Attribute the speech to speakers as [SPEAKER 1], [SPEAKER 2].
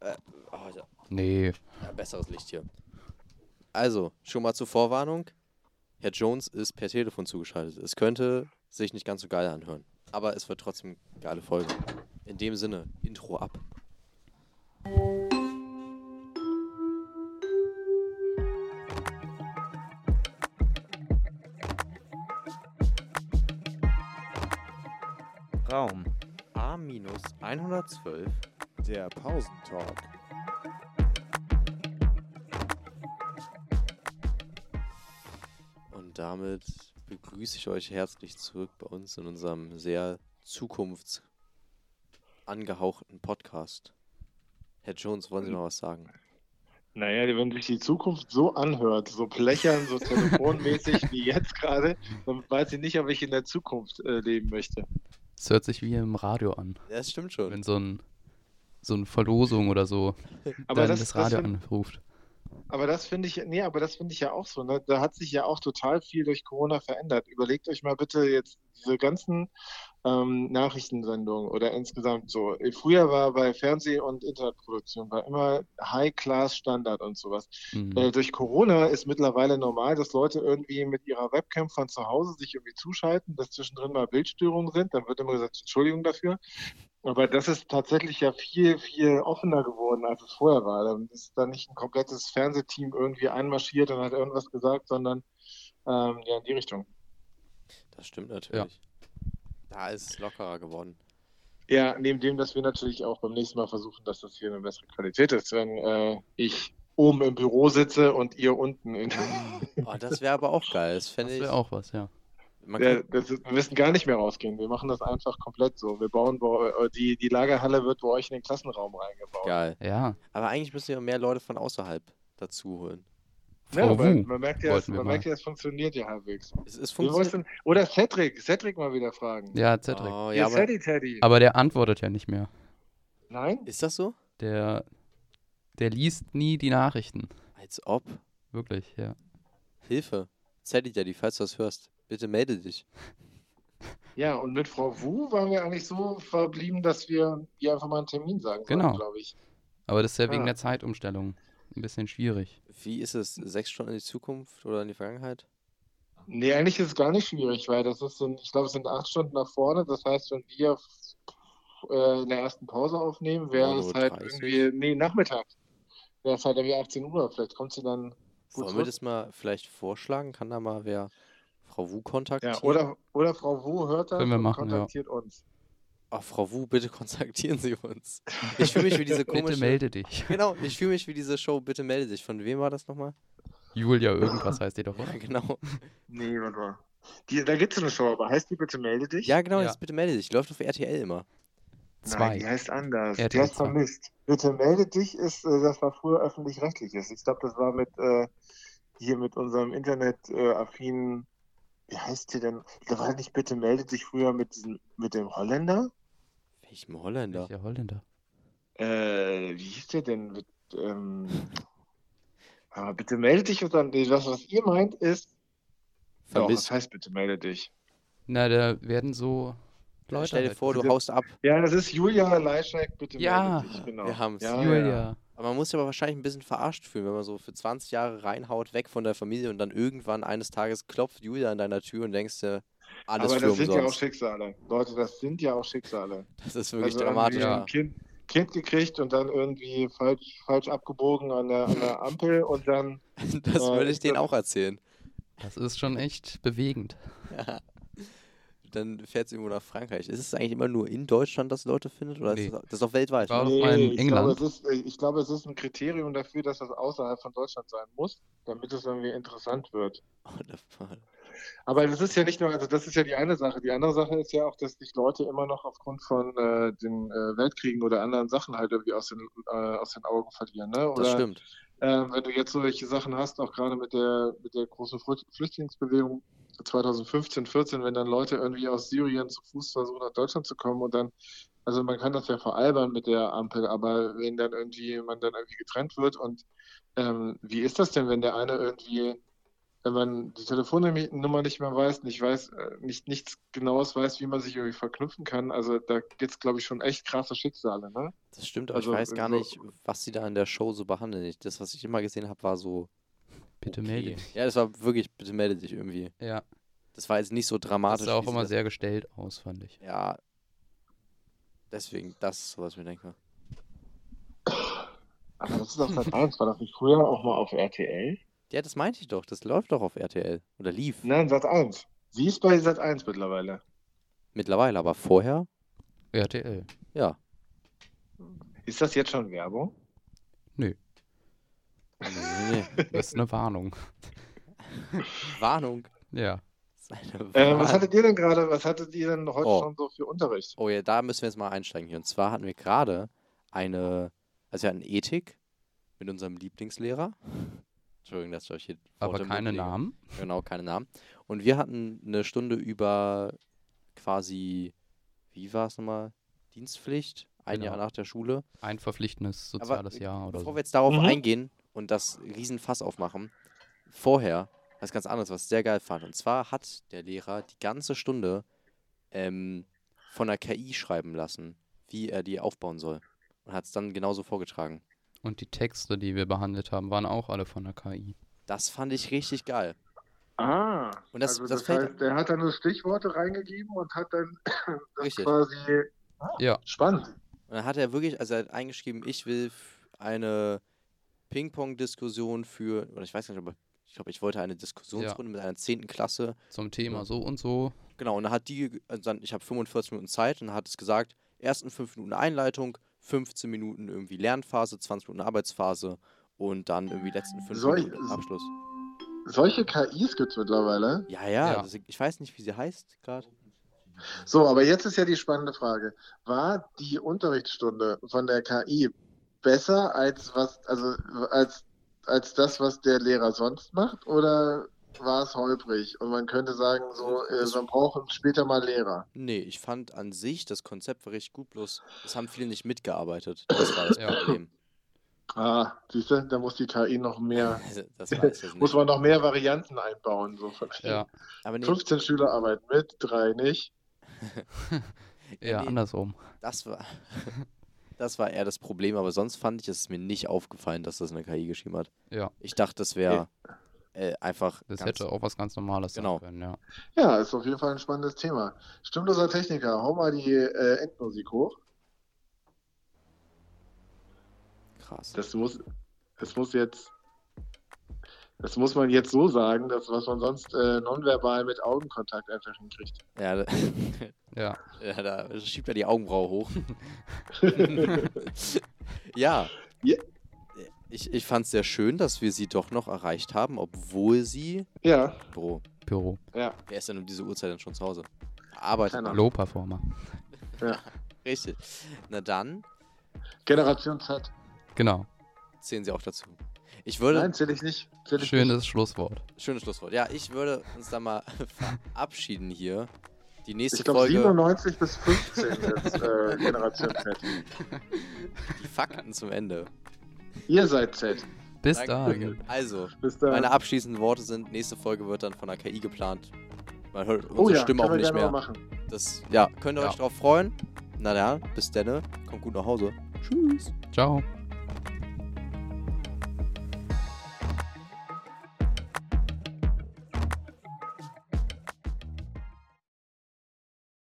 [SPEAKER 1] Äh, oh, ja,
[SPEAKER 2] Nee.
[SPEAKER 1] ja, besseres Licht hier. Also, schon mal zur Vorwarnung. Herr Jones ist per Telefon zugeschaltet. Es könnte sich nicht ganz so geil anhören. Aber es wird trotzdem eine geile Folge. In dem Sinne, Intro ab.
[SPEAKER 3] Raum.
[SPEAKER 1] A-112.
[SPEAKER 4] Der Pausentalk.
[SPEAKER 1] Und damit begrüße ich euch herzlich zurück bei uns in unserem sehr zukunftsangehauchten Podcast. Herr Jones, wollen Sie noch was sagen?
[SPEAKER 5] Naja, wenn sich die Zukunft so anhört, so plechern, so telefonmäßig wie jetzt gerade, dann weiß ich nicht, ob ich in der Zukunft äh, leben möchte.
[SPEAKER 2] Es hört sich wie im Radio an.
[SPEAKER 1] Das stimmt schon.
[SPEAKER 2] Wenn so ein so eine Verlosung oder so
[SPEAKER 5] Aber
[SPEAKER 2] dann
[SPEAKER 5] das,
[SPEAKER 2] das,
[SPEAKER 5] das,
[SPEAKER 2] Radio
[SPEAKER 5] find,
[SPEAKER 2] anruft.
[SPEAKER 5] aber das finde ich, nee, aber das finde ich ja auch so. Ne? Da hat sich ja auch total viel durch Corona verändert. Überlegt euch mal bitte jetzt diese ganzen ähm, Nachrichtensendungen oder insgesamt so. Früher war bei Fernseh- und Internetproduktion war immer High-Class-Standard und sowas.
[SPEAKER 2] Mhm.
[SPEAKER 5] Äh, durch Corona ist mittlerweile normal, dass Leute irgendwie mit ihrer Webcam von zu Hause sich irgendwie zuschalten, dass zwischendrin mal Bildstörungen sind. Dann wird immer gesagt, Entschuldigung dafür. Aber das ist tatsächlich ja viel, viel offener geworden, als es vorher war. Dann ist da nicht ein komplettes Fernsehteam irgendwie einmarschiert und hat irgendwas gesagt, sondern ähm, ja, in die Richtung.
[SPEAKER 1] Das stimmt natürlich. Da ist es lockerer geworden.
[SPEAKER 5] Ja, neben dem, dass wir natürlich auch beim nächsten Mal versuchen, dass das hier eine bessere Qualität ist, wenn äh, ich oben im Büro sitze und ihr unten. In
[SPEAKER 1] Oh, das wäre aber auch geil. Das fände
[SPEAKER 2] Das
[SPEAKER 1] ich.
[SPEAKER 2] wäre auch was, ja.
[SPEAKER 1] Man
[SPEAKER 5] Ja,
[SPEAKER 1] kann,
[SPEAKER 5] das ist, wir müssen gar nicht mehr rausgehen. Wir machen das einfach komplett so. Wir bauen bei eu- die, die Lagerhalle wird bei euch in den Klassenraum reingebaut.
[SPEAKER 1] geil.
[SPEAKER 2] Ja,
[SPEAKER 1] Aber eigentlich müssen wir mehr Leute von außerhalb dazu holen.
[SPEAKER 5] Ja,
[SPEAKER 2] Frau
[SPEAKER 5] Ne, aber
[SPEAKER 2] Oh, Wu
[SPEAKER 5] man merkt ja,
[SPEAKER 2] wollten
[SPEAKER 5] es,
[SPEAKER 2] wir
[SPEAKER 5] man
[SPEAKER 2] mal.
[SPEAKER 5] merkt ja, es funktioniert ja halbwegs.
[SPEAKER 1] Es, es
[SPEAKER 5] Wie wolltest
[SPEAKER 1] funktioniert.
[SPEAKER 5] du- Oder Cedric, Cedric mal wieder fragen.
[SPEAKER 2] ja, Cedric.
[SPEAKER 1] Oh,
[SPEAKER 5] Hier,
[SPEAKER 1] ja, aber
[SPEAKER 5] Teddy Teddy.
[SPEAKER 2] Aber der antwortet ja nicht mehr.
[SPEAKER 5] Nein?
[SPEAKER 1] ist das so?
[SPEAKER 2] Der, der liest nie die Nachrichten.
[SPEAKER 1] Als ob.
[SPEAKER 2] Wirklich, ja.
[SPEAKER 1] Hilfe. Sadie Daddy, falls du das hörst, bitte melde dich.
[SPEAKER 5] Ja, und mit Frau Wu waren wir eigentlich so verblieben, dass wir ihr einfach mal einen Termin sagen
[SPEAKER 2] Genau.
[SPEAKER 5] sollen, glaube ich.
[SPEAKER 2] Aber das ist ja wegen
[SPEAKER 5] Ah.
[SPEAKER 2] der Zeitumstellung ein bisschen schwierig.
[SPEAKER 1] Wie ist es? Sechs Stunden in die Zukunft oder in die Vergangenheit?
[SPEAKER 5] Nee, eigentlich ist es gar nicht schwierig, weil das ist, in, ich glaube, es sind acht Stunden nach vorne. Das heißt, wenn wir äh, in der ersten Pause aufnehmen, wäre es halt
[SPEAKER 1] 9:30.
[SPEAKER 5] irgendwie, nee, Nachmittag. Wäre es halt irgendwie 18 Uhr. Vielleicht kommt sie dann gut
[SPEAKER 1] Wollen wir
[SPEAKER 5] zurück.
[SPEAKER 1] das mal vielleicht vorschlagen? Kann da mal wer Frau Wu kontaktieren?
[SPEAKER 5] Ja, oder, oder Frau Wu hört das
[SPEAKER 2] Können wir
[SPEAKER 5] und
[SPEAKER 2] machen, ja.
[SPEAKER 5] kontaktiert uns.
[SPEAKER 1] Ach, Ah, Frau Wu, bitte kontaktieren Sie uns. Ich fühle mich wie diese komische.
[SPEAKER 2] Bitte melde dich.
[SPEAKER 1] Genau, ich fühle mich wie diese Show. Bitte melde dich. Von wem war das nochmal?
[SPEAKER 2] Julia irgendwas heißt die doch,
[SPEAKER 1] Ja,
[SPEAKER 2] oder?
[SPEAKER 1] genau.
[SPEAKER 5] Nee, warte mal. Die, da gibt es eine Show, aber heißt die bitte melde dich?
[SPEAKER 1] Ja, genau,
[SPEAKER 2] Ja.
[SPEAKER 1] jetzt bitte melde dich. Läuft auf RTL immer.
[SPEAKER 2] Zwei.
[SPEAKER 5] Nein, die heißt anders. Die
[SPEAKER 2] RTL
[SPEAKER 5] heißt
[SPEAKER 2] zwei.
[SPEAKER 5] vermisst. Bitte melde dich ist, äh, das war früher öffentlich-rechtliches. Ich glaube, das war mit äh, hier mit unserem Internet-affinen, wie heißt die denn? Da war nicht bitte melde dich früher mit diesem, mit dem Holländer?
[SPEAKER 1] Welchem Holländer?
[SPEAKER 2] Welcher Holländer?
[SPEAKER 5] Äh, wie hieß der denn? Mit, ähm, aber bitte melde dich und dann das, was ihr meint, ist. Doch, das
[SPEAKER 1] Vermisst.
[SPEAKER 5] heißt bitte melde dich.
[SPEAKER 2] Na, da werden so Leute.
[SPEAKER 1] Stell dir
[SPEAKER 2] halt-
[SPEAKER 1] vor, du
[SPEAKER 5] Diese-
[SPEAKER 1] haust ab.
[SPEAKER 5] Ja, das ist Julia Leischek, bitte
[SPEAKER 2] Ja,
[SPEAKER 5] melde dich. Genau.
[SPEAKER 1] wir haben's.
[SPEAKER 5] Ja,
[SPEAKER 2] Julia.
[SPEAKER 5] ja.
[SPEAKER 1] Aber man muss sich aber wahrscheinlich ein bisschen verarscht fühlen, wenn man so für 20 Jahre reinhaut, weg von der Familie und dann irgendwann eines Tages klopft Julia an deiner Tür und denkst dir, alles
[SPEAKER 5] Aber
[SPEAKER 1] für
[SPEAKER 5] das sind ja auch
[SPEAKER 1] umsonst.
[SPEAKER 5] Schicksale. Leute, das sind ja auch Schicksale.
[SPEAKER 1] das ist wirklich
[SPEAKER 5] also
[SPEAKER 1] dramatisch.
[SPEAKER 5] irgendwie
[SPEAKER 2] ja.
[SPEAKER 5] ein kind, kind gekriegt und dann irgendwie falsch, falsch abgebogen an der, an der Ampel und dann.
[SPEAKER 1] Das
[SPEAKER 5] Ja,
[SPEAKER 1] würde ich
[SPEAKER 5] ich
[SPEAKER 1] denen
[SPEAKER 5] glaub-
[SPEAKER 1] auch erzählen.
[SPEAKER 2] Das ist schon echt bewegend.
[SPEAKER 1] Dann fährt sie irgendwo nach Frankreich. Ist es eigentlich immer nur in Deutschland, dass Leute findet? Oder
[SPEAKER 2] Nee.
[SPEAKER 1] ist das, das ist auch weltweit?
[SPEAKER 2] War-
[SPEAKER 1] Ne?
[SPEAKER 2] doch mal in
[SPEAKER 5] ich,
[SPEAKER 2] England.
[SPEAKER 5] Glaube, es ist, ich glaube, es ist ein Kriterium dafür, dass das außerhalb von Deutschland sein muss, damit es irgendwie interessant wird.
[SPEAKER 1] Oh, der Fall.
[SPEAKER 5] Aber das ist ja nicht nur, also das ist ja die eine Sache. Die andere Sache ist ja auch, dass sich Leute immer noch aufgrund von äh, den äh, Weltkriegen oder anderen Sachen halt irgendwie aus den, äh, aus den Augen verlieren. Ne? Oder,
[SPEAKER 1] Das stimmt.
[SPEAKER 5] Ähm, wenn du jetzt solche Sachen hast, auch gerade mit der, mit der großen Flü- Flüchtlingsbewegung 2015, 14, wenn dann Leute irgendwie aus Syrien zu Fuß versuchen, nach Deutschland zu kommen und dann, also man kann das ja veralbern mit der Ampel, aber wenn dann irgendwie man dann irgendwie getrennt wird und ähm, wie ist das denn, wenn der eine irgendwie wenn man die Telefonnummer nicht mehr weiß, nicht weiß, äh, nicht nichts Genaues weiß, wie man sich irgendwie verknüpfen kann. Also da gibt es, glaube ich, schon echt krasse Schicksale, ne?
[SPEAKER 1] Das stimmt, aber
[SPEAKER 5] Also,
[SPEAKER 1] ich weiß gar
[SPEAKER 5] so-
[SPEAKER 1] nicht, was sie da in der Show so behandeln. Ich- Das, was ich immer gesehen habe, war so.
[SPEAKER 2] Bitte
[SPEAKER 1] okay.
[SPEAKER 2] melde dich.
[SPEAKER 1] Ja, das war wirklich, bitte melde dich irgendwie.
[SPEAKER 2] Ja,
[SPEAKER 1] Das war jetzt nicht so
[SPEAKER 2] das
[SPEAKER 1] dramatisch.
[SPEAKER 2] sah auch
[SPEAKER 1] wie sie
[SPEAKER 2] immer
[SPEAKER 1] das-
[SPEAKER 2] sehr gestellt aus, fand ich.
[SPEAKER 1] Ja. Deswegen, das ist so, was ich mir denke.
[SPEAKER 5] Aber das ist auf Sat 1, war das nicht früher auch mal auf RTL?
[SPEAKER 1] Ja, das meinte ich doch. Das läuft doch auf RTL. Oder lief.
[SPEAKER 5] Nein, Ne, Sat 1. Sie ist bei Sat 1 mittlerweile.
[SPEAKER 1] Mittlerweile, aber vorher?
[SPEAKER 2] RTL.
[SPEAKER 1] Ja.
[SPEAKER 5] Ist das jetzt schon Werbung?
[SPEAKER 1] Nee, nee.
[SPEAKER 2] Das ist eine Warnung.
[SPEAKER 1] Warnung.
[SPEAKER 2] Ja.
[SPEAKER 1] Das ist eine
[SPEAKER 5] Äh, was
[SPEAKER 1] Warnung.
[SPEAKER 5] hattet ihr denn gerade, was hattet ihr denn heute
[SPEAKER 1] Oh.
[SPEAKER 5] schon so für Unterricht?
[SPEAKER 1] Oh ja, da müssen wir jetzt mal einsteigen hier. Und zwar hatten wir gerade eine, also wir hatten Ethik mit unserem Lieblingslehrer. Entschuldigung, dass ich euch hier
[SPEAKER 2] Aber
[SPEAKER 1] Worte im Mund
[SPEAKER 2] keine
[SPEAKER 1] lege.
[SPEAKER 2] Namen.
[SPEAKER 1] Genau, keine Namen. Und wir hatten eine Stunde über quasi, wie war es nochmal? Dienstpflicht, ein
[SPEAKER 2] Genau.
[SPEAKER 1] Jahr nach der Schule.
[SPEAKER 2] Ein verpflichtendes
[SPEAKER 1] Aber,
[SPEAKER 2] soziales
[SPEAKER 1] äh,
[SPEAKER 2] Jahr oder
[SPEAKER 1] Bevor
[SPEAKER 2] so.
[SPEAKER 1] wir jetzt darauf
[SPEAKER 5] Mhm.
[SPEAKER 1] eingehen und das Riesenfass aufmachen, vorher was ganz anderes, was ich sehr geil fand. Und zwar hat der Lehrer die ganze Stunde ähm, von der KI schreiben lassen, wie er die aufbauen soll. Und hat es dann genauso vorgetragen.
[SPEAKER 2] Und die Texte, die wir behandelt haben, waren auch alle von der KI.
[SPEAKER 1] Das fand ich richtig geil.
[SPEAKER 5] Ah,
[SPEAKER 1] Und das-
[SPEAKER 5] also
[SPEAKER 1] das
[SPEAKER 5] das,
[SPEAKER 1] fällt-
[SPEAKER 5] heißt, der hat dann nur Stichworte reingegeben und hat dann das
[SPEAKER 1] Richtig.
[SPEAKER 5] quasi Ah,
[SPEAKER 2] Ja.
[SPEAKER 5] spannend.
[SPEAKER 1] Und dann hat er wirklich, also er hat eingeschrieben, ich will f- eine Ping-Pong-Diskussion für, oder ich weiß gar nicht, aber ich glaube, ich wollte eine Diskussionsrunde mit einer 10. Klasse
[SPEAKER 2] Zum Thema
[SPEAKER 1] Ja.
[SPEAKER 2] so und so.
[SPEAKER 1] Genau, und dann hat die, also dann, ich habe 45 Minuten Zeit und dann hat es gesagt, ersten 5 Minuten Einleitung, 15 Minuten irgendwie Lernphase, 20 Minuten Arbeitsphase und dann irgendwie letzten 5
[SPEAKER 5] Soll ich-
[SPEAKER 1] Minuten Abschluss.
[SPEAKER 5] Solche KIs gibt es mittlerweile.
[SPEAKER 1] Ja, ja,
[SPEAKER 2] Ja.
[SPEAKER 1] Das, ich weiß nicht, wie sie heißt gerade.
[SPEAKER 5] So, aber jetzt ist ja die spannende Frage. War die Unterrichtsstunde von der KI besser als was, also als, als das, was der Lehrer sonst macht? Oder war es holprig? Und man könnte sagen, so, äh, man braucht später mal Lehrer.
[SPEAKER 1] Nee, ich fand an sich das Konzept war richtig gut, bloß es haben viele nicht mitgearbeitet. Das war das
[SPEAKER 2] Ja.
[SPEAKER 1] Problem.
[SPEAKER 5] Ah, siehst du, da muss die KI noch mehr,
[SPEAKER 1] Also, Das war es jetzt
[SPEAKER 5] muss
[SPEAKER 1] nicht.
[SPEAKER 5] man noch mehr Varianten einbauen. So von wegen.
[SPEAKER 2] Ja,
[SPEAKER 1] Aber nee,
[SPEAKER 5] 15 Schüler arbeiten mit, drei nicht.
[SPEAKER 2] eher
[SPEAKER 1] nee.
[SPEAKER 2] andersrum.
[SPEAKER 1] das war, das war eher das Problem, aber sonst fand ich es ist mir nicht aufgefallen, dass das eine KI geschrieben hat.
[SPEAKER 2] Ja.
[SPEAKER 1] Ich dachte, das wäre äh, einfach
[SPEAKER 2] Das
[SPEAKER 1] ganz
[SPEAKER 2] hätte auch was ganz Normales
[SPEAKER 1] Genau.
[SPEAKER 2] sein können, ja.
[SPEAKER 5] Ja, ist auf jeden Fall ein spannendes Thema. Stimmloser Techniker, hau mal die äh, Endmusik hoch.
[SPEAKER 1] krass.
[SPEAKER 5] Das muss, das muss jetzt, das muss man jetzt so sagen, dass was man sonst äh, nonverbal mit Augenkontakt einfach hinkriegt.
[SPEAKER 1] Ja, da,
[SPEAKER 2] Ja,
[SPEAKER 1] ja, da schiebt er die Augenbraue hoch. ja.
[SPEAKER 5] Ja.
[SPEAKER 1] Ich, ich fand es sehr schön, dass wir sie doch noch erreicht haben, obwohl sie.
[SPEAKER 5] Ja,
[SPEAKER 1] Bro,
[SPEAKER 2] Büro.
[SPEAKER 5] ja.
[SPEAKER 1] wer ist denn um diese Uhrzeit dann schon zu Hause? Arbeitet.
[SPEAKER 5] Keine
[SPEAKER 1] man.
[SPEAKER 5] Ahnung.
[SPEAKER 2] Low-Performer.
[SPEAKER 1] Richtig. Na dann
[SPEAKER 5] Generation Z.
[SPEAKER 2] Genau.
[SPEAKER 1] zählen sie auch dazu. Ich würde.
[SPEAKER 5] Nein, zähle ich nicht. Zähl ich nicht.
[SPEAKER 2] Schönes Schlusswort.
[SPEAKER 1] Schönes Schlusswort. Ja, ich würde uns dann mal verabschieden hier. Die nächste
[SPEAKER 5] Ich glaube
[SPEAKER 1] Folge,
[SPEAKER 5] 97 bis 15 ist äh, Generation Z.
[SPEAKER 1] die Fakten zum Ende.
[SPEAKER 5] Ihr seid Z.
[SPEAKER 2] Bis
[SPEAKER 1] Danke.
[SPEAKER 2] dann.
[SPEAKER 1] Also,
[SPEAKER 5] Bis dann.
[SPEAKER 1] Meine abschließenden Worte sind, nächste Folge wird dann von der KI geplant. Man hört unsere
[SPEAKER 5] oh ja,
[SPEAKER 1] Stimme
[SPEAKER 5] können
[SPEAKER 1] auch
[SPEAKER 5] wir
[SPEAKER 1] nicht
[SPEAKER 5] gerne
[SPEAKER 1] mehr.
[SPEAKER 5] mal machen.
[SPEAKER 1] Das, ja, könnt ihr
[SPEAKER 2] Ja.
[SPEAKER 1] euch drauf freuen. Na ja, bis denne. Kommt gut nach Hause. Tschüss.
[SPEAKER 2] Ciao.